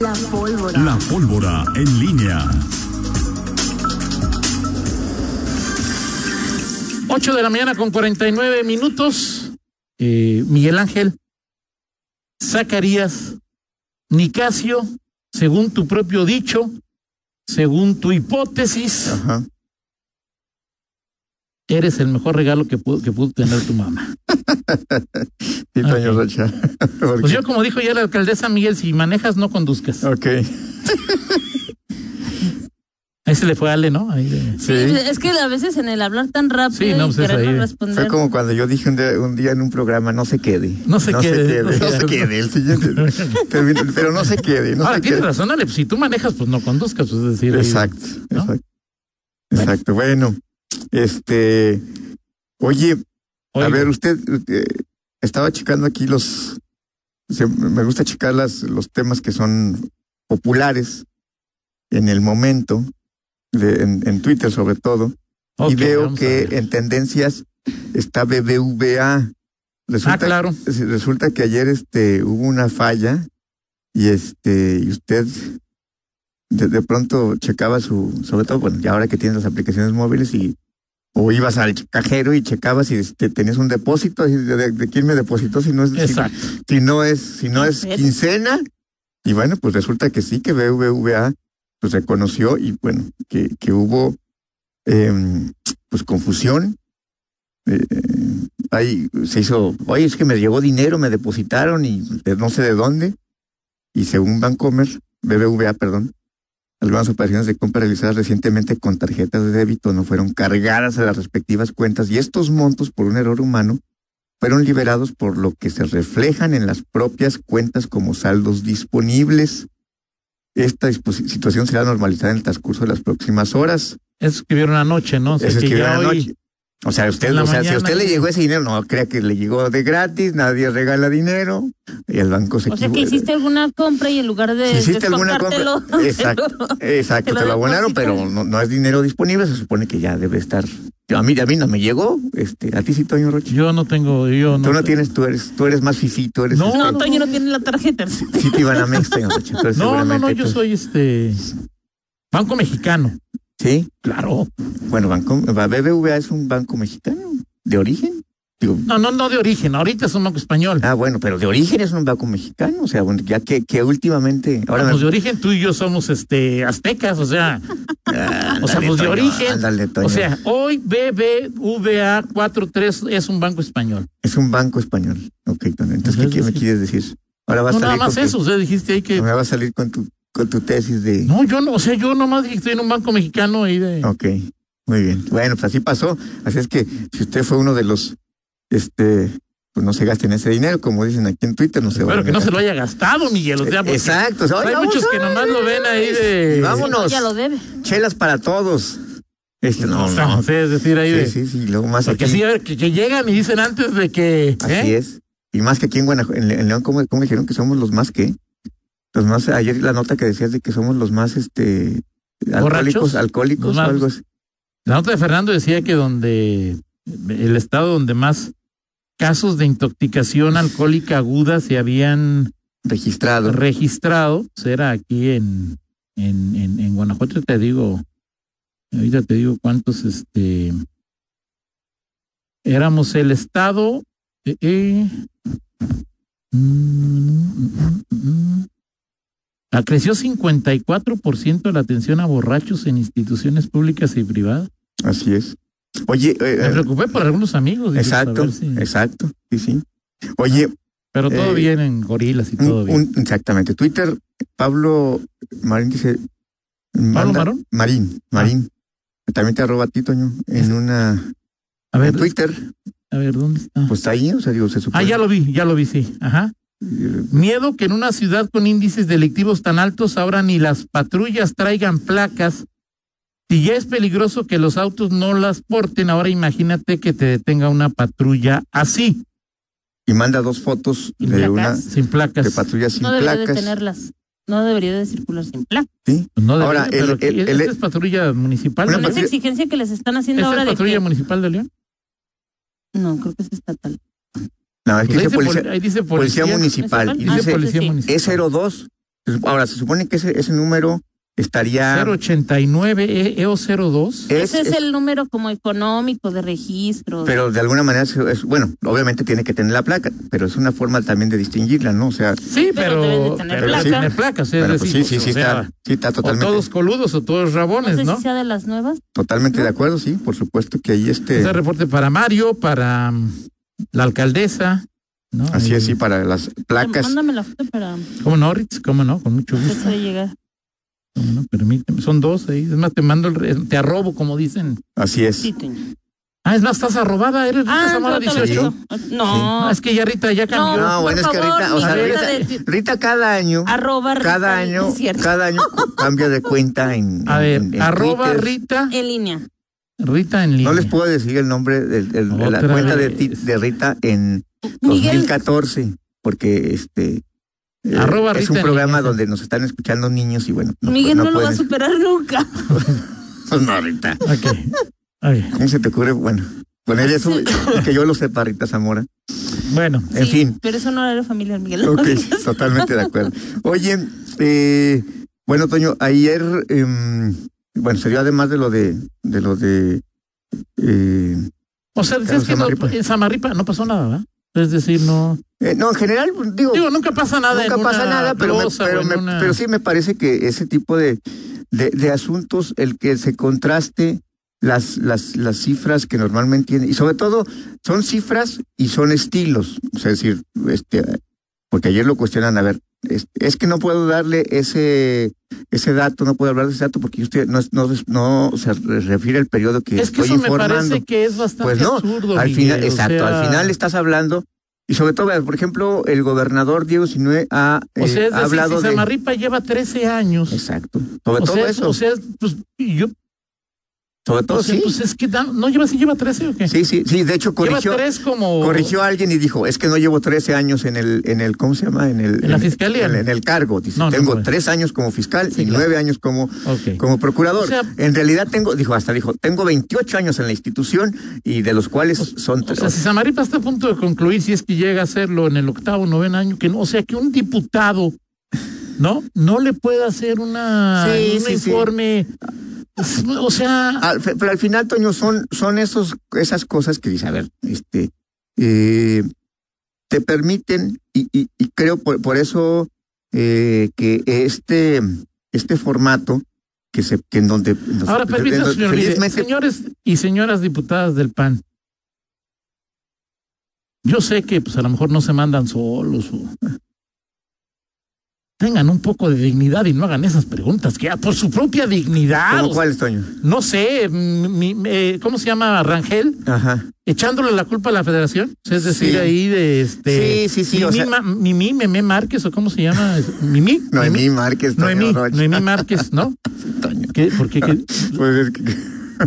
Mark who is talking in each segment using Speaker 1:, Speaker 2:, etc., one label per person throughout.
Speaker 1: La pólvora.
Speaker 2: La pólvora en línea.
Speaker 3: 8 de la mañana con 49 minutos. Eh, Miguel Ángel, Zacarías, Nicasio, según tu propio dicho, según tu hipótesis,
Speaker 4: Ajá.
Speaker 3: eres el mejor regalo que pudo, que pudo tener tu mamá.
Speaker 4: Sí,
Speaker 3: Ah,
Speaker 4: Toño
Speaker 3: ok.
Speaker 4: Rocha. ¿Por
Speaker 3: Pues
Speaker 4: qué?
Speaker 3: yo, como dijo ya la alcaldesa Miguel, si manejas, no conduzcas.
Speaker 4: Ok,
Speaker 3: Ahí se le fue a Ale, ¿no? Ahí de-
Speaker 4: sí.
Speaker 1: Es que a veces en el hablar tan rápido
Speaker 3: Sí,
Speaker 1: y
Speaker 3: no, pues es
Speaker 1: querer no
Speaker 3: ahí.
Speaker 4: Fue
Speaker 1: responder.
Speaker 4: como cuando yo dije un día, un día en un programa, no se quede.
Speaker 3: No se quede,
Speaker 4: No se quede, no se quede. El siguiente. Termina- pero no se quede, no
Speaker 3: Ahora,
Speaker 4: se
Speaker 3: tienes
Speaker 4: quede.
Speaker 3: razón, Ale, pues, si tú manejas, pues no conduzcas, pues, es decir. ahí-
Speaker 4: Exacto,
Speaker 3: ¿no?
Speaker 4: exacto. Exacto. Bueno, este. Oye,
Speaker 3: Oiga,
Speaker 4: a ver, usted eh, estaba checando aquí los. se- me gusta checar las, los temas que son populares en el momento, de- en- en Twitter sobre todo.
Speaker 3: ok,
Speaker 4: y veo
Speaker 3: vamos a
Speaker 4: que
Speaker 3: ver.
Speaker 4: en tendencias está BBVA. Resulta,
Speaker 3: Ah, claro.
Speaker 4: sí, resulta que ayer este hubo una falla y este y usted de, de pronto checaba su, sobre todo bueno, ya ahora que tienes las aplicaciones móviles y o ibas al cajero y checabas si este, tenías un depósito y de, de- de quién me depositó si no es si,
Speaker 3: Exacto.
Speaker 4: si no es si no es
Speaker 1: Pero-
Speaker 4: quincena y bueno pues resulta que sí que BBVA pues reconoció y bueno que que hubo em, pues confusión Eh, eh, ahí se hizo oye es que me llegó dinero me depositaron y de no sé de dónde y según Bancomer BBVA perdón algunas operaciones de compra realizadas recientemente con tarjetas de débito no fueron cargadas a las respectivas cuentas y estos montos por un error humano fueron liberados por lo que se reflejan en las propias cuentas como saldos disponibles. Esta disposi- situación será normalizada en el transcurso de las próximas horas.
Speaker 3: Eso escribieron anoche, ¿no? O sea,
Speaker 4: Eso
Speaker 3: que
Speaker 4: escribieron
Speaker 3: ya hoy-
Speaker 4: anoche. O sea, usted,
Speaker 3: En la
Speaker 4: o sea, si a
Speaker 3: mañana.
Speaker 4: usted le llegó ese dinero, no crea que le llegó de gratis, nadie regala dinero y el banco se
Speaker 1: o sea,
Speaker 4: equivo-
Speaker 1: que hiciste alguna compra y en lugar de
Speaker 4: Si hiciste alguna
Speaker 1: descontártelo,
Speaker 4: compra- Exacto. eh, Exacto,
Speaker 1: Te lo
Speaker 4: te lo abonaron,
Speaker 1: depositan.
Speaker 4: pero no, no es dinero disponible, se supone que ya debe estar. A mí, a mí no me llegó, este, a ti sí, Toño Rocha.
Speaker 3: Yo no tengo, yo
Speaker 4: Tú no
Speaker 3: te-
Speaker 4: tienes, tú eres, tú eres más fifí, tú eres
Speaker 3: No,
Speaker 4: este,
Speaker 1: No, Toño no tiene la tarjeta.
Speaker 4: Sí, te iban a Mex, tengo ocho, entonces
Speaker 3: No, no, no,
Speaker 4: seguramente pues.
Speaker 3: yo
Speaker 4: tú-
Speaker 3: soy este Banco Mexicano,
Speaker 4: Sí,
Speaker 3: claro.
Speaker 4: bueno, banco, BBVA es un banco mexicano de origen. Digo,
Speaker 3: No, no, no de origen, ahorita es un banco español.
Speaker 4: ah, bueno, pero de origen es un banco mexicano, o sea, bueno, ya que, que últimamente. Ahora
Speaker 3: Ah,
Speaker 4: me-
Speaker 3: pues de origen tú y yo somos este aztecas, o sea,
Speaker 4: Ah,
Speaker 3: o sea,
Speaker 4: ándale,
Speaker 3: pues de
Speaker 4: Toño,
Speaker 3: origen.
Speaker 4: ándale, Toño.
Speaker 3: o sea, hoy BBVA 43 es un banco español.
Speaker 4: es un banco español. Ok, Toño, entonces, ¿qué,
Speaker 3: Entonces,
Speaker 4: me
Speaker 3: sí.
Speaker 4: quieres decir? Ahora va a
Speaker 3: No nada
Speaker 4: salir
Speaker 3: más
Speaker 4: con
Speaker 3: eso, usted dijiste ahí
Speaker 4: Tu,
Speaker 3: que
Speaker 4: me va a salir con tu, con tu tesis de.
Speaker 3: No, yo no, o sea, yo nomás dije que estoy en un banco mexicano ahí de
Speaker 4: Ok, muy bien. Bueno, pues así pasó. Así es que si usted fue uno de los, este, pues no se gasten ese dinero, como dicen aquí en Twitter, no se
Speaker 3: Espero
Speaker 4: vayan
Speaker 3: que
Speaker 4: a
Speaker 3: no se lo
Speaker 4: gastar.
Speaker 3: haya gastado, Miguel, o sea, porque
Speaker 4: Exacto. o sea,
Speaker 3: hay
Speaker 4: oiga,
Speaker 3: muchos
Speaker 4: vamos,
Speaker 3: que
Speaker 4: ay,
Speaker 3: nomás lo ven ahí de
Speaker 4: Y vámonos.
Speaker 1: Ya lo debe.
Speaker 4: Chelas para todos. Este, no,
Speaker 3: O sea,
Speaker 4: no.
Speaker 3: o sea, es decir, ahí
Speaker 4: Sí,
Speaker 3: de
Speaker 4: sí, sí, y luego más
Speaker 3: Porque
Speaker 4: aquí.
Speaker 3: sí, a ver, que, que llegan y dicen antes de que.
Speaker 4: Así
Speaker 3: ¿eh?
Speaker 4: es. Y más que aquí en Guanajuato, en, Le- en León, ¿cómo, cómo dijeron que somos los más qué? Los más, ayer la nota que decías de que somos los más, este,
Speaker 3: ¿Borrachos?
Speaker 4: alcohólicos, alcohólicos
Speaker 3: Los
Speaker 4: o
Speaker 3: más-
Speaker 4: algo así.
Speaker 3: La nota de Fernando decía que donde. El estado donde más casos de intoxicación alcohólica aguda se habían
Speaker 4: Registrado.
Speaker 3: registrado, pues, era aquí en, en, en, en Guanajuato, te digo. Ahorita te digo cuántos, este. Éramos el estado. eh, eh, mm, mm, mm, mm. Ah, Creció 54% la atención a borrachos en instituciones públicas y privadas.
Speaker 4: Así es. Oye, eh,
Speaker 3: Me
Speaker 4: eh,
Speaker 3: preocupé por algunos amigos. dije, a
Speaker 4: exacto,
Speaker 3: ver si-
Speaker 4: exacto. Sí, sí. Oye,
Speaker 3: Pero todo
Speaker 4: Eh,
Speaker 3: bien en gorilas y
Speaker 4: Un-
Speaker 3: Ah, todo bien.
Speaker 4: un- exactamente. Twitter, Pablo Marín dice.
Speaker 3: ¿Pablo
Speaker 4: manda-
Speaker 3: Marón? Ah.
Speaker 4: Marín, Marín. También te arroba a ti, Toño, en una.
Speaker 3: A ver,
Speaker 4: en Twitter,
Speaker 3: a ver, ¿dónde está?
Speaker 4: pues está ahí, o sea, digo, se supone.
Speaker 3: Ah, ya lo vi, ya lo vi, sí. Ajá.
Speaker 4: Eh,
Speaker 3: Miedo que en una ciudad con índices delictivos tan altos ahora ni las patrullas traigan placas. Si ya es peligroso que los autos no las porten, ahora imagínate que te detenga una patrulla así,
Speaker 4: Y manda dos fotos
Speaker 1: Sin
Speaker 4: de una.
Speaker 1: placas.
Speaker 3: sin
Speaker 4: de
Speaker 3: placas.
Speaker 4: patrullas sin
Speaker 1: No debería de
Speaker 4: placas.
Speaker 1: tenerlas. No debería de circular sin placa.
Speaker 3: No debería,
Speaker 4: Ahora, el-
Speaker 3: pero
Speaker 4: el-
Speaker 3: aquí-
Speaker 4: el-
Speaker 3: esta es patrulla municipal.
Speaker 4: Una
Speaker 3: de
Speaker 1: Con esa
Speaker 3: León.
Speaker 4: patrulla-
Speaker 1: exigencia que les están haciendo
Speaker 3: ¿Esta
Speaker 1: ahora
Speaker 3: es
Speaker 1: de
Speaker 3: patrulla
Speaker 1: que...
Speaker 3: municipal de León?
Speaker 1: No, creo que es estatal.
Speaker 4: No, es que
Speaker 3: Pues ahí
Speaker 4: dice
Speaker 3: dice poli-
Speaker 4: policía,
Speaker 3: ahí dice
Speaker 4: policía
Speaker 3: policía
Speaker 4: municipal. pues Y
Speaker 1: Ah,
Speaker 3: Dice
Speaker 4: dice
Speaker 3: policía
Speaker 1: sí.
Speaker 3: municipal.
Speaker 4: E02 Se sup- Ahora, se supone que ese, ese número estaría...
Speaker 3: 089 EO02.
Speaker 4: es-
Speaker 1: Ese es,
Speaker 4: es-
Speaker 1: el número como económico de registro.
Speaker 4: Pero de alguna manera, se- es, bueno, obviamente tiene que tener la placa, pero es una forma también de distinguirla, ¿no? O sea,
Speaker 3: Sí,
Speaker 1: pero
Speaker 3: pero,
Speaker 1: deben de tener
Speaker 3: pero
Speaker 4: placa.
Speaker 3: sí tiene placas, es
Speaker 4: bueno, pues
Speaker 3: decir,
Speaker 4: sí, sí, sí,
Speaker 3: o sea,
Speaker 4: está, sí está
Speaker 3: o
Speaker 4: totalmente,
Speaker 3: todos coludos o todos
Speaker 1: no
Speaker 3: rabones,
Speaker 1: sé
Speaker 3: ¿no?
Speaker 1: si sea de las nuevas.
Speaker 4: totalmente de acuerdo, sí, por supuesto que ahí este...
Speaker 3: Este reporte para Mario, para mm, la alcaldesa, ¿no?
Speaker 4: Así es,
Speaker 3: Y-
Speaker 4: sí, para las placas.
Speaker 1: Mándame la foto para
Speaker 3: ¿Cómo no, Ritz? ¿Cómo no? Con mucho gusto.
Speaker 1: eso de llegar.
Speaker 3: ¿Cómo no? Permíteme. Son dos ahí. Es más, te mando el. re- Te arrobo, como dicen.
Speaker 4: Así es.
Speaker 1: Sí, Toño.
Speaker 3: Ah, es más, estás arrobada. Eres Rita
Speaker 1: Ah,
Speaker 3: Zamora
Speaker 1: no, te lo
Speaker 3: 18.
Speaker 1: digo. No.
Speaker 3: Ah, es que ya Rita ya cambió.
Speaker 4: No,
Speaker 1: por
Speaker 4: Ah, bueno, es que
Speaker 1: favor,
Speaker 4: Rita, o
Speaker 1: mi
Speaker 4: sea,
Speaker 1: cuenta
Speaker 4: Rita-
Speaker 1: de-
Speaker 4: Rita cada
Speaker 1: Ah,
Speaker 4: año,
Speaker 1: Arroba
Speaker 4: cada
Speaker 1: Rita,
Speaker 4: año,
Speaker 1: es cierto,
Speaker 4: cada año cu- cambia de cuenta en,
Speaker 3: A ver,
Speaker 4: en- en- en
Speaker 3: arroba
Speaker 4: Twitter.
Speaker 3: Rita.
Speaker 1: en línea.
Speaker 3: Rita en línea.
Speaker 4: No les puedo decir el nombre de, la
Speaker 3: Otra
Speaker 4: cuenta de,
Speaker 3: vez.
Speaker 4: ti- de Rita en
Speaker 1: Miguel,
Speaker 4: 2014, porque este eh,
Speaker 3: Arroba
Speaker 4: es
Speaker 3: Rita
Speaker 4: un
Speaker 3: en
Speaker 4: programa
Speaker 3: línea.
Speaker 4: donde nos están escuchando niños y bueno, no,
Speaker 1: Miguel
Speaker 4: pu-
Speaker 1: no,
Speaker 4: pues no
Speaker 1: lo va a
Speaker 4: pueden.
Speaker 1: superar nunca.
Speaker 4: no, Rita.
Speaker 3: Ok. Ay,
Speaker 4: ¿Cómo se te ocurre? Bueno, poner eso y que yo lo sepa, Rita Zamora.
Speaker 3: Bueno,
Speaker 4: En
Speaker 1: Sí,
Speaker 4: fin.
Speaker 1: Pero eso no era familiar, Miguel.
Speaker 4: Ok, totalmente de acuerdo. Oye, eh, bueno, Toño, ayer, em, bueno, sería además de lo de, de lo de, eh,
Speaker 3: o sea, decías
Speaker 4: Carlos
Speaker 3: que no,
Speaker 4: Samarripa.
Speaker 3: en Samarripa no pasó nada, ¿verdad? Es decir, no.
Speaker 4: eh, no, en general, digo,
Speaker 3: Digo, nunca pasa nada.
Speaker 4: nunca
Speaker 3: en
Speaker 4: pasa
Speaker 3: una
Speaker 4: nada, pero, me-
Speaker 3: rosa o
Speaker 4: pero,
Speaker 3: en
Speaker 4: me-
Speaker 3: una-
Speaker 4: pero sí me parece que ese tipo de, de, de asuntos, el que se contraste las, las, las cifras que normalmente tienen, y sobre todo son cifras y son estilos, o sea, es decir, este, porque ayer lo cuestionan, a ver, es, es que no puedo darle ese, ese dato, no puedo hablar de ese dato porque usted no, es- no, es- no se re- refiere al periodo que
Speaker 3: Es que
Speaker 4: eh, estoy
Speaker 3: eso me
Speaker 4: informando.
Speaker 3: parece que es bastante
Speaker 4: Pues no,
Speaker 3: absurdo.
Speaker 4: Al
Speaker 3: Miguel,
Speaker 4: final,
Speaker 3: o
Speaker 4: exacto,
Speaker 3: sea-
Speaker 4: al final estás hablando, y sobre todo, vean, por ejemplo, el gobernador Diego Sinue ha,
Speaker 3: O
Speaker 4: eh,
Speaker 3: sea, es
Speaker 4: ha
Speaker 3: decir,
Speaker 4: hablado
Speaker 3: si
Speaker 4: de...
Speaker 3: Samarripa lleva 13 años.
Speaker 4: Exacto, sobre
Speaker 3: o
Speaker 4: todo
Speaker 3: sea,
Speaker 4: eso,
Speaker 3: o sea, pues yo
Speaker 4: sobre todo,
Speaker 3: o sea,
Speaker 4: sí,
Speaker 3: pues es que dan- no lleva si lleva 13 o qué?
Speaker 4: sí, sí, sí, de hecho corrigió,
Speaker 3: lleva 3 como
Speaker 4: corrigió a alguien y dijo, es que no llevo 13 años en el, en el ¿cómo se llama? En, el,
Speaker 3: en la fiscalía.
Speaker 4: en, en el cargo, dice,
Speaker 3: No, no,
Speaker 4: tengo
Speaker 3: no.
Speaker 4: tres años como fiscal
Speaker 3: Sí,
Speaker 4: y
Speaker 3: claro.
Speaker 4: nueve años como,
Speaker 3: Ok.
Speaker 4: como procurador.
Speaker 3: O sea-
Speaker 4: en realidad tengo, dijo, hasta dijo, tengo 28 años en la institución y de los cuales son
Speaker 3: O
Speaker 4: tres.
Speaker 3: sea, si Samaripa está a punto de concluir, si es que llega a hacerlo en el octavo, noveno año, que no, o sea, que un diputado, ¿no? No le pueda hacer una,
Speaker 4: Sí,
Speaker 3: un
Speaker 4: sí, sí.
Speaker 3: informe. O sea,
Speaker 4: Al- fe- pero al final, Toño, son, son esos, esas cosas que dice, a ver, este, eh, te permiten, y, y, y creo por, por eso eh, que este, este formato que se, que en donde nos-
Speaker 3: ahora permítanme,
Speaker 4: en-
Speaker 3: señor Uribe,
Speaker 4: felizmente,
Speaker 3: señores y señoras diputadas del PAN. Yo sé que pues a lo mejor no se mandan solos o tengan un poco de dignidad y no hagan esas preguntas que ah, por su propia dignidad,
Speaker 4: ¿cómo
Speaker 3: o sea,
Speaker 4: cuál es, Toño?
Speaker 3: no sé, mi- mi- eh, ¿cómo se llama Rangel?
Speaker 4: Ajá.
Speaker 3: echándole la culpa a la federación, o sea, es decir,
Speaker 4: Sí.
Speaker 3: ahí de este
Speaker 4: Sí, sí, sí,
Speaker 3: Mimi,
Speaker 4: o sea-
Speaker 3: Ma- Mimi Meme Márquez o cómo se llama, Mimi,
Speaker 4: Noemí Márquez, Toño
Speaker 3: Noemí,
Speaker 4: Rocha,
Speaker 3: Noemí Márquez, ¿no?
Speaker 4: Toño.
Speaker 3: ¿Qué, por qué, qué?
Speaker 4: Pues es que-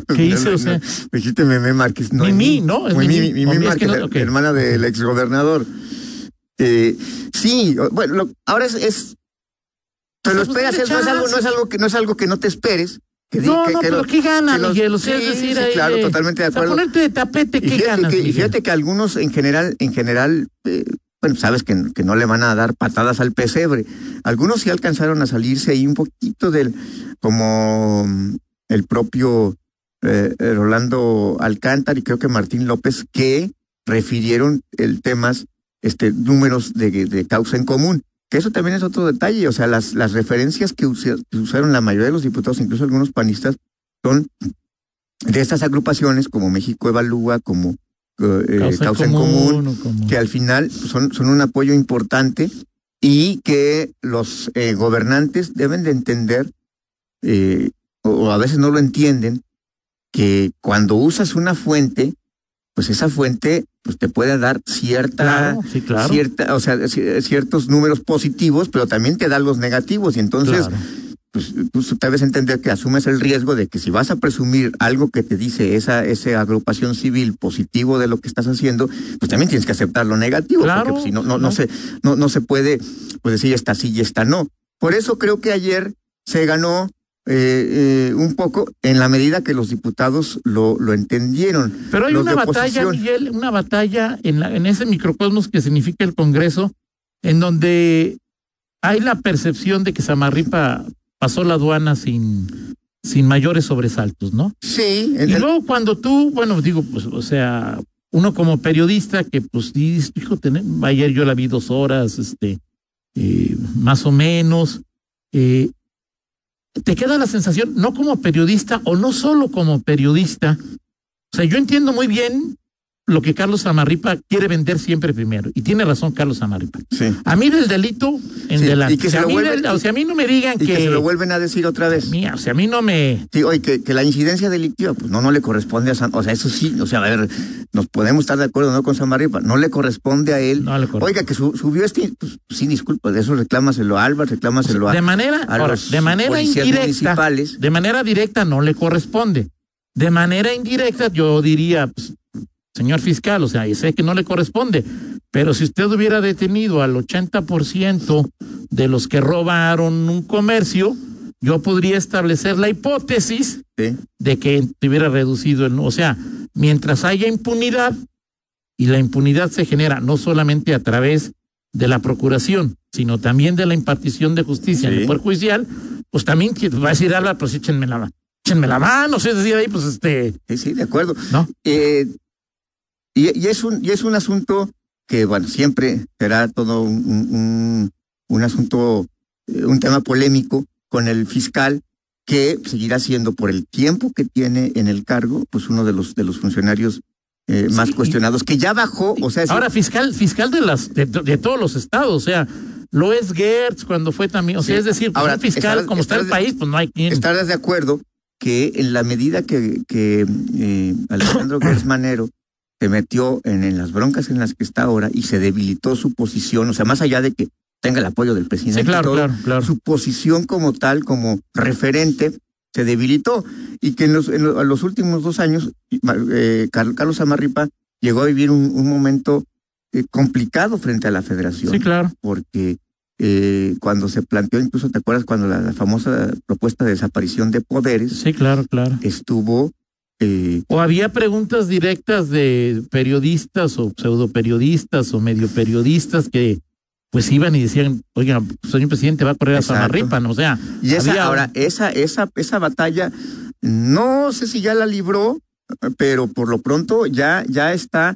Speaker 3: ¿Qué hice?
Speaker 4: No,
Speaker 3: O
Speaker 4: no,
Speaker 3: sea-
Speaker 4: no. dijiste Meme Márquez. No,
Speaker 3: Mimi, ¿no? Es
Speaker 4: Mimi,
Speaker 3: Mimi.
Speaker 4: Mimi
Speaker 3: Ok, es que
Speaker 4: Márquez,
Speaker 3: no-
Speaker 4: her-
Speaker 3: ok.
Speaker 4: hermana del exgobernador. Eh, sí, o- bueno, lo- ahora es, es- te lo
Speaker 3: Pues,
Speaker 4: esperas,
Speaker 3: dale
Speaker 4: es- no, es algo, no es
Speaker 3: chance.
Speaker 4: algo que no es algo que no te esperes. Que, di-
Speaker 3: No,
Speaker 4: que-
Speaker 3: no,
Speaker 4: que
Speaker 3: pero
Speaker 4: lo-
Speaker 3: ¿qué gana,
Speaker 4: que los-
Speaker 3: Miguel? O sea, es
Speaker 4: sí,
Speaker 3: decir,
Speaker 4: sí,
Speaker 3: ahí
Speaker 4: claro,
Speaker 3: de-
Speaker 4: totalmente de
Speaker 3: o sea,
Speaker 4: acuerdo.
Speaker 3: ponerte de tapete,
Speaker 4: Y
Speaker 3: ¿qué
Speaker 4: fíjate,
Speaker 3: ganas?
Speaker 4: que, y
Speaker 3: Miguel?
Speaker 4: fíjate que algunos en general, en general, eh, bueno, sabes que, que no le van a dar patadas al pesebre. Algunos sí alcanzaron a salirse ahí un poquito del, como mm, el propio eh, eh, Rolando Alcántar y creo que Martín López, que refirieron el temas, este, números de, de causa en común. Que eso también es otro detalle, o sea, las, las referencias que usa- que usaron la mayoría de los diputados, incluso algunos panistas, son de estas agrupaciones como México Evalúa, como eh, eh,
Speaker 3: Causa en
Speaker 4: común
Speaker 3: o como-
Speaker 4: que al final son, son un apoyo importante y que los eh, gobernantes deben de entender, eh, o, o a veces no lo entienden, que cuando usas una fuente, pues esa fuente pues te puede dar cierta
Speaker 3: Claro, sí, claro.
Speaker 4: cierta, o sea, ci- ciertos números positivos, pero también te da los negativos. Y entonces,
Speaker 3: claro.
Speaker 4: pues, tú tal vez entender que asumes el riesgo de que si vas a presumir algo que te dice esa, esa agrupación civil positivo de lo que estás haciendo, pues también tienes que aceptar lo negativo,
Speaker 3: Claro,
Speaker 4: porque pues, si no, no, no
Speaker 3: claro.
Speaker 4: se, no, no se puede pues decir esta sí y esta no. Por eso creo que ayer se ganó eh, eh, un poco en la medida que los diputados lo, lo entendieron.
Speaker 3: Pero hay
Speaker 4: los
Speaker 3: una
Speaker 4: de
Speaker 3: batalla,
Speaker 4: oposición.
Speaker 3: Miguel, una batalla en, la, en ese microcosmos que significa el Congreso, en donde hay la percepción de que Samarripa pasó la aduana sin, sin mayores sobresaltos, ¿no?
Speaker 4: Sí, en
Speaker 3: Y
Speaker 4: el-
Speaker 3: luego cuando tú, bueno, digo, pues, o sea, uno como periodista que, pues, dices, hijo, tener- ayer yo la vi dos horas, este, eh, más o menos, eh, te queda la sensación, no como periodista o no solo como periodista, o sea, yo entiendo muy bien lo que Carlos Amarripa quiere vender siempre primero, y tiene razón Carlos Amarripa.
Speaker 4: sí.
Speaker 3: A mí del delito en
Speaker 4: Sí,
Speaker 3: delante.
Speaker 4: y que se
Speaker 3: O sea,
Speaker 4: lo
Speaker 3: a mí
Speaker 4: vuelven-
Speaker 3: del- o sea, a mí no me digan
Speaker 4: Y
Speaker 3: que,
Speaker 4: que, se lo vuelven a decir otra vez.
Speaker 3: mía, o sea, a mí no me,
Speaker 4: Sí, oye, que, que la incidencia delictiva, pues no, no le corresponde a San, o sea, eso sí, o sea, a ver, nos podemos estar de acuerdo, ¿no? Con San Marripa, no le corresponde a él.
Speaker 3: no le corto.
Speaker 4: Oiga, que su- subió este, pues sí, disculpa, de eso reclámaselo a Alba, reclámaselo a,
Speaker 3: Pues, de manera,
Speaker 4: a
Speaker 3: ahora,
Speaker 4: los
Speaker 3: de manera
Speaker 4: policías
Speaker 3: indirecta,
Speaker 4: municipales.
Speaker 3: de manera directa no le corresponde. De manera indirecta yo diría, pues, señor fiscal, o sea, y sé que no le corresponde, pero si usted hubiera detenido al 80% de los que robaron un comercio, yo podría establecer la hipótesis
Speaker 4: Sí.
Speaker 3: de que te hubiera reducido el... O sea, mientras haya impunidad, y la impunidad se genera no solamente a través de la procuración, sino también de la impartición de justicia en
Speaker 4: Sí.
Speaker 3: el Poder Judicial, pues también que- va a decir, habla, pues échenme la mano, échenme la mano, si es decir, ahí, pues este,
Speaker 4: Sí, sí, de acuerdo.
Speaker 3: ¿No?
Speaker 4: Eh, y, y es un, y es un asunto que, bueno, siempre será todo un, un- un- un asunto, eh, un tema polémico con el fiscal que seguirá siendo por el tiempo que tiene en el cargo, pues uno de los, de los funcionarios eh, más
Speaker 3: Sí.
Speaker 4: cuestionados, que ya bajó, o sea, es-
Speaker 3: ahora fiscal, fiscal de las, de, de todos los estados, o sea, lo es Gertz cuando fue también, o sea,
Speaker 4: Sí.
Speaker 3: es decir, pues,
Speaker 4: Ahora,
Speaker 3: un fiscal,
Speaker 4: estarás-
Speaker 3: como está el
Speaker 4: estarás-
Speaker 3: país, pues no hay quien.
Speaker 4: estarás de acuerdo que en la medida que, que eh, Alejandro Gertz Manero se metió en, en las broncas en las que está ahora y se debilitó su posición, o sea, más allá de que tenga el apoyo del presidente,
Speaker 3: Sí,
Speaker 4: y
Speaker 3: claro,
Speaker 4: todo,
Speaker 3: claro, claro.
Speaker 4: su posición como tal, como referente, se debilitó y que en los, en lo- a los últimos dos años ma- eh, Car- Carlos Amarripa llegó a vivir un, un momento eh, complicado frente a la federación
Speaker 3: Sí, claro.
Speaker 4: porque eh, cuando se planteó, incluso te acuerdas cuando la, la famosa propuesta de desaparición de poderes
Speaker 3: Sí, claro, claro.
Speaker 4: estuvo, eh,
Speaker 3: O había preguntas directas de periodistas o pseudoperiodistas o medio periodistas que pues iban y decían, oiga, señor presidente, va a correr a
Speaker 4: Exacto.
Speaker 3: Samarripa, ¿no? O sea,
Speaker 4: y esa,
Speaker 3: Había-
Speaker 4: ahora, esa, esa, esa batalla, no sé si ya la libró, pero por lo pronto ya, ya está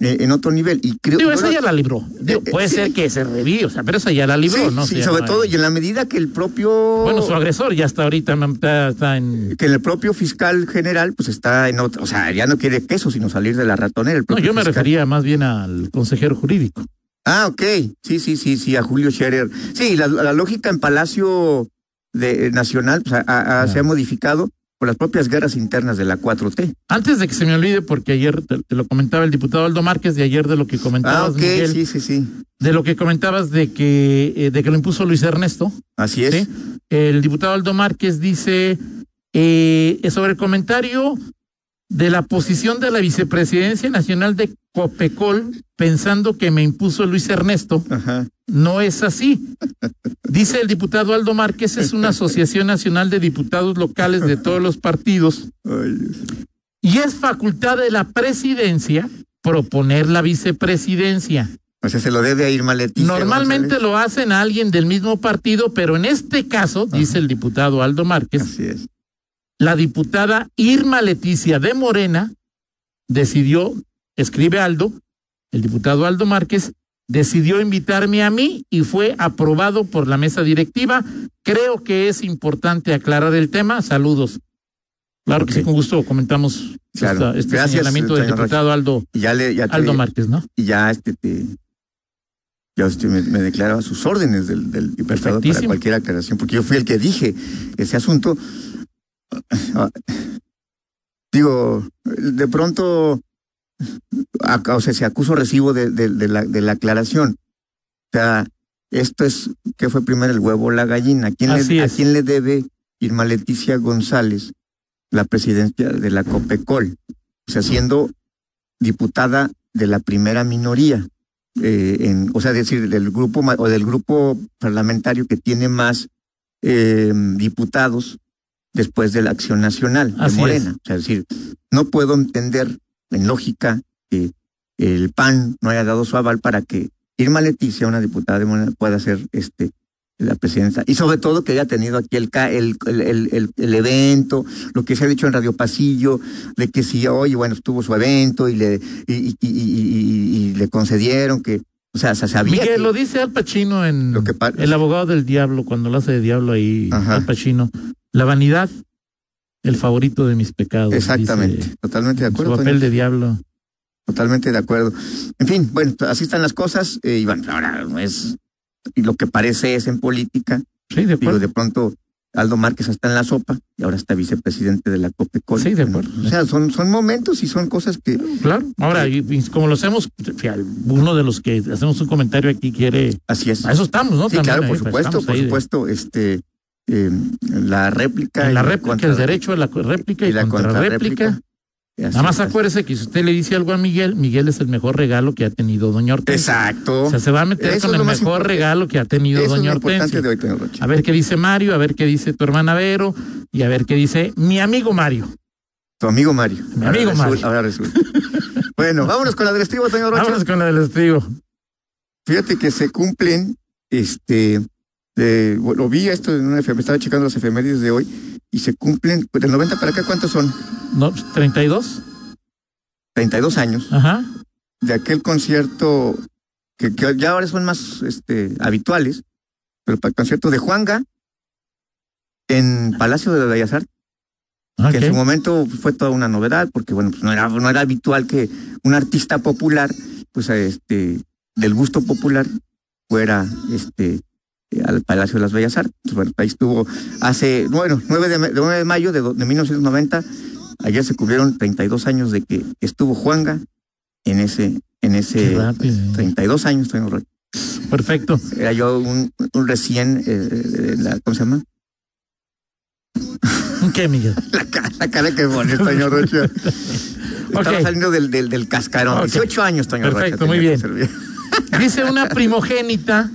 Speaker 4: eh, en otro nivel. Y creo
Speaker 3: digo,
Speaker 4: yo
Speaker 3: esa
Speaker 4: no-
Speaker 3: ya la libró. Digo,
Speaker 4: eh,
Speaker 3: puede
Speaker 4: sí.
Speaker 3: ser que se revive, o sea, pero esa ya la libró,
Speaker 4: sí,
Speaker 3: ¿no? O
Speaker 4: sí,
Speaker 3: sea,
Speaker 4: sobre
Speaker 3: no
Speaker 4: todo,
Speaker 3: hay-
Speaker 4: y en la medida que el propio
Speaker 3: Bueno, su agresor ya está ahorita, mam, está, está en...
Speaker 4: que el propio fiscal general pues está en otro, o sea, ya no quiere queso sino salir de la ratonera. El
Speaker 3: No,
Speaker 4: propio
Speaker 3: yo me
Speaker 4: fiscal.
Speaker 3: refería más bien al consejero jurídico.
Speaker 4: Ah, ok. Sí, sí, sí, sí, a Julio Scherer. Sí, la, la lógica en Palacio de, eh, Nacional pues, a- a- a- se ha modificado por las propias guerras internas de la 4T.
Speaker 3: Antes de que se me olvide, porque ayer te, te lo comentaba el diputado Aldo Márquez, de ayer de lo que
Speaker 4: Ah,
Speaker 3: comentabas,
Speaker 4: ok,
Speaker 3: Miguel,
Speaker 4: sí, sí, sí.
Speaker 3: de lo que comentabas de que, eh, de que lo impuso Luis Ernesto.
Speaker 4: Así es.
Speaker 3: Sí. El diputado Aldo Márquez dice eh, sobre el comentario de la posición de la vicepresidencia nacional de Copecol, pensando que me impuso Luis Ernesto,
Speaker 4: Ajá.
Speaker 3: no es así. Dice el diputado Aldo Márquez, es una asociación nacional de diputados locales de todos los partidos
Speaker 4: Ay, Dios.
Speaker 3: y es facultad de la presidencia proponer la vicepresidencia.
Speaker 4: o sea, se lo debe a Irma Leticia.
Speaker 3: Normalmente
Speaker 4: González.
Speaker 3: lo hacen a alguien del mismo partido, pero en este caso, dice el diputado Aldo Márquez,
Speaker 4: Así es.
Speaker 3: la diputada Irma Leticia de Morena decidió, escribe Aldo, el diputado Aldo Márquez, decidió invitarme a mí y fue aprobado por la mesa directiva. Creo que es importante aclarar el tema. Saludos. Claro que
Speaker 4: Ok.
Speaker 3: sí, con gusto comentamos
Speaker 4: Claro.
Speaker 3: esta- este
Speaker 4: Gracias,
Speaker 3: señalamiento del
Speaker 4: señor Rocha.
Speaker 3: diputado Aldo,
Speaker 4: Y ya le, ya te-
Speaker 3: Aldo Márquez, ¿no?
Speaker 4: y ya este te ya usted me, me declaraba sus órdenes del, del diputado para
Speaker 3: Perfectísimo.
Speaker 4: cualquier aclaración, porque yo fui el que dije ese asunto. Ah, Digo, de pronto, ac- o sea, se acuso recibo de, de- de la, de la aclaración. O sea, esto es, ¿qué fue primero, el huevo o la gallina? ¿A quién,
Speaker 3: Así
Speaker 4: le, ¿a
Speaker 3: es.
Speaker 4: quién le debe Irma Leticia González la presidencia de la COPECOL? O sea, siendo diputada de la primera minoría, eh, en, o sea, decir, del grupo ma- o del grupo parlamentario que tiene más eh, diputados después de la Acción Nacional de
Speaker 3: Así es.
Speaker 4: Morena. O sea, es decir, no puedo entender en lógica que el PAN no haya dado su aval para que Irma Leticia, una diputada de Morena, pueda ser este la presidencia y sobre todo que haya tenido aquí el, ca- el, el, el, el- el evento, lo que se ha dicho en Radio Pasillo, de que si hoy, bueno, estuvo su evento y le, y, y, y- y- y- y le concedieron que, o sea, se sabía.
Speaker 3: Miguel,
Speaker 4: que-
Speaker 3: lo dice Al Pacino en
Speaker 4: Lo que pa-
Speaker 3: El abogado del diablo, cuando lo hace de diablo ahí,
Speaker 4: Ajá.
Speaker 3: Al Pacino. La vanidad, el favorito de mis pecados.
Speaker 4: Exactamente,
Speaker 3: dice
Speaker 4: totalmente de
Speaker 3: en
Speaker 4: acuerdo.
Speaker 3: Su
Speaker 4: Toño.
Speaker 3: papel de diablo.
Speaker 4: Totalmente de acuerdo. En fin, bueno, así están las cosas. eh, y bueno, ahora no es y lo que parece es en política.
Speaker 3: Sí, de acuerdo.
Speaker 4: Digo, de pronto Aldo Márquez está en la sopa y ahora está vicepresidente de la Coca-Cola.
Speaker 3: Sí, de acuerdo.
Speaker 4: O sea, son, son momentos y son cosas que.
Speaker 3: Claro. Ahora, y- y como lo hacemos, fíjate, uno de los que hacemos un comentario aquí quiere.
Speaker 4: Así es.
Speaker 3: A eso estamos, ¿no?
Speaker 4: sí,
Speaker 3: También
Speaker 4: claro,
Speaker 3: ahí,
Speaker 4: por
Speaker 3: pues,
Speaker 4: supuesto,
Speaker 3: estamos
Speaker 4: por
Speaker 3: ahí de-
Speaker 4: supuesto. Este, eh, la réplica.
Speaker 3: en
Speaker 4: y
Speaker 3: la réplica, el
Speaker 4: contra-
Speaker 3: derecho a la co- réplica y,
Speaker 4: y la
Speaker 3: contrarréplica.
Speaker 4: contrarréplica. Así
Speaker 3: Nada más
Speaker 4: es.
Speaker 3: acuérdese que si usted le dice algo a Miguel, Miguel es el mejor regalo que ha tenido Doña Hortensia.
Speaker 4: Exacto.
Speaker 3: O sea, se va a meter
Speaker 4: Eso
Speaker 3: con
Speaker 4: es
Speaker 3: el
Speaker 4: lo más
Speaker 3: mejor
Speaker 4: importante.
Speaker 3: regalo que ha tenido
Speaker 4: Eso es lo
Speaker 3: Doña Hortensia. Ah.
Speaker 4: importante de hoy, Pedro Rocha.
Speaker 3: A ver qué dice Mario, a ver qué dice tu hermana Vero y a ver qué dice mi amigo Mario.
Speaker 4: Tu amigo Mario.
Speaker 3: Mi
Speaker 4: Ahora
Speaker 3: amigo
Speaker 4: resul-
Speaker 3: Mario.
Speaker 4: Ahora resulta. bueno, vámonos con la del estribo, Toño Rocha.
Speaker 3: Vámonos con la del estribo.
Speaker 4: Fíjate que se cumplen, este, de- lo vi esto en una efeméride, estaba checando las efemérides de hoy, y se cumplen, pues, del 90 para acá, ¿cuántos son?
Speaker 3: No, pues, 32.
Speaker 4: 32 años
Speaker 3: Ajá.
Speaker 4: de aquel concierto que, que ya ahora son más este, habituales, pero para el concierto de Juanga en Palacio de Bellas Artes,
Speaker 3: Ok.
Speaker 4: que en su momento fue toda una novedad, porque bueno, pues no era, no era habitual que un artista popular, pues este, del gusto popular, fuera este eh, al Palacio de las Bellas Artes. Pues, Bueno, ahí estuvo hace, bueno, 9 de, ma- de 9 de mayo de, do- de 1990, ayer se cubrieron 32 años de que estuvo Juanga en ese, en
Speaker 3: Qué
Speaker 4: ese
Speaker 3: rápido. ¿eh?
Speaker 4: 32 años, Toño Rocha.
Speaker 3: Perfecto.
Speaker 4: era yo un, un recién, eh, eh, la- ¿cómo se llama?
Speaker 3: ¿Qué, Miguel?
Speaker 4: La, ca- la cara que pone Toño Rocha. Estaba
Speaker 3: Ok.
Speaker 4: saliendo del, del, del cascarón.
Speaker 3: Ok.
Speaker 4: 18 años, Toño Rocha.
Speaker 3: Perfecto, muy
Speaker 4: tenía que
Speaker 3: bien.
Speaker 4: servir.
Speaker 3: Dice una primogénita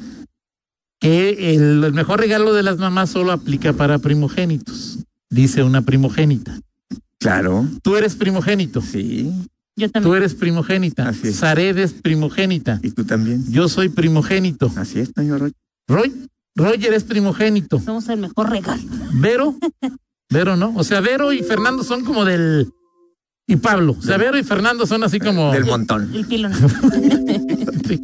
Speaker 3: que el, el mejor regalo de las mamás solo aplica para primogénitos. Dice una primogénita.
Speaker 4: Claro,
Speaker 3: Tú eres primogénito.
Speaker 4: sí.
Speaker 1: Yo
Speaker 3: Tú
Speaker 1: también.
Speaker 3: eres primogénita.
Speaker 4: Así es.
Speaker 3: Zaredes primogénita.
Speaker 4: Y tú también.
Speaker 3: Yo soy primogénito.
Speaker 4: Así es, Toño Rocha.
Speaker 3: Roy, Roger es primogénito.
Speaker 1: Somos el mejor regalo.
Speaker 3: Vero, Vero no. O sea, Vero y Fernando son como del. Y Pablo. O sea, Vero y Fernando son así como.
Speaker 4: Del montón.
Speaker 1: El pilón.
Speaker 3: Sí.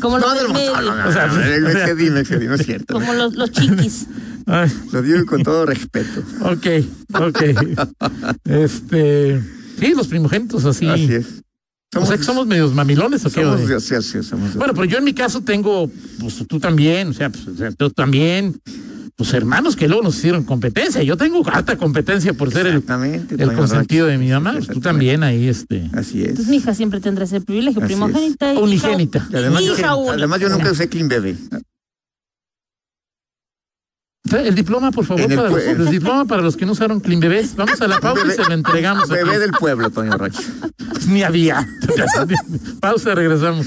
Speaker 1: Como
Speaker 4: No,
Speaker 1: los,
Speaker 4: del
Speaker 1: del
Speaker 4: montón.
Speaker 1: medio,
Speaker 4: no, no,
Speaker 3: O sea,
Speaker 4: no, me excedí, me excedí, no es cierto.
Speaker 1: como los, los chiquis.
Speaker 3: Ay,
Speaker 4: Lo digo con todo respeto.
Speaker 3: ok, ok. Este. Sí, los primogénitos así.
Speaker 4: Así es.
Speaker 3: o sea, que somos medios mamilones o qué.
Speaker 4: somos
Speaker 3: o de-
Speaker 4: de- sí, así es, somos de-
Speaker 3: Bueno, pero yo en mi caso tengo, pues tú también, o sea, pues, o sea, tú también, pues hermanos que luego nos hicieron competencia. Yo tengo harta competencia por ser el,
Speaker 4: Exactamente.
Speaker 3: el
Speaker 4: Toño
Speaker 3: consentido
Speaker 4: Rocha.
Speaker 3: de mi mamá. Pues, tú también ahí, este.
Speaker 4: Así es.
Speaker 1: Entonces mi hija siempre tendrá ese privilegio.
Speaker 4: Así es.
Speaker 1: Primogénita. y hija-
Speaker 3: Unigénita.
Speaker 4: Y además, yo,
Speaker 1: Hija única.
Speaker 4: además yo nunca usé Clean Bebé.
Speaker 3: El diploma, por favor,
Speaker 4: En el
Speaker 3: para los,
Speaker 4: pue-
Speaker 3: el diploma para los que no usaron Clean Bebés. Vamos a la pausa y
Speaker 4: Bebé-
Speaker 3: se lo entregamos. aquí.
Speaker 4: Bebé del pueblo, Toño Rocha.
Speaker 3: Ni había. pausa, regresamos.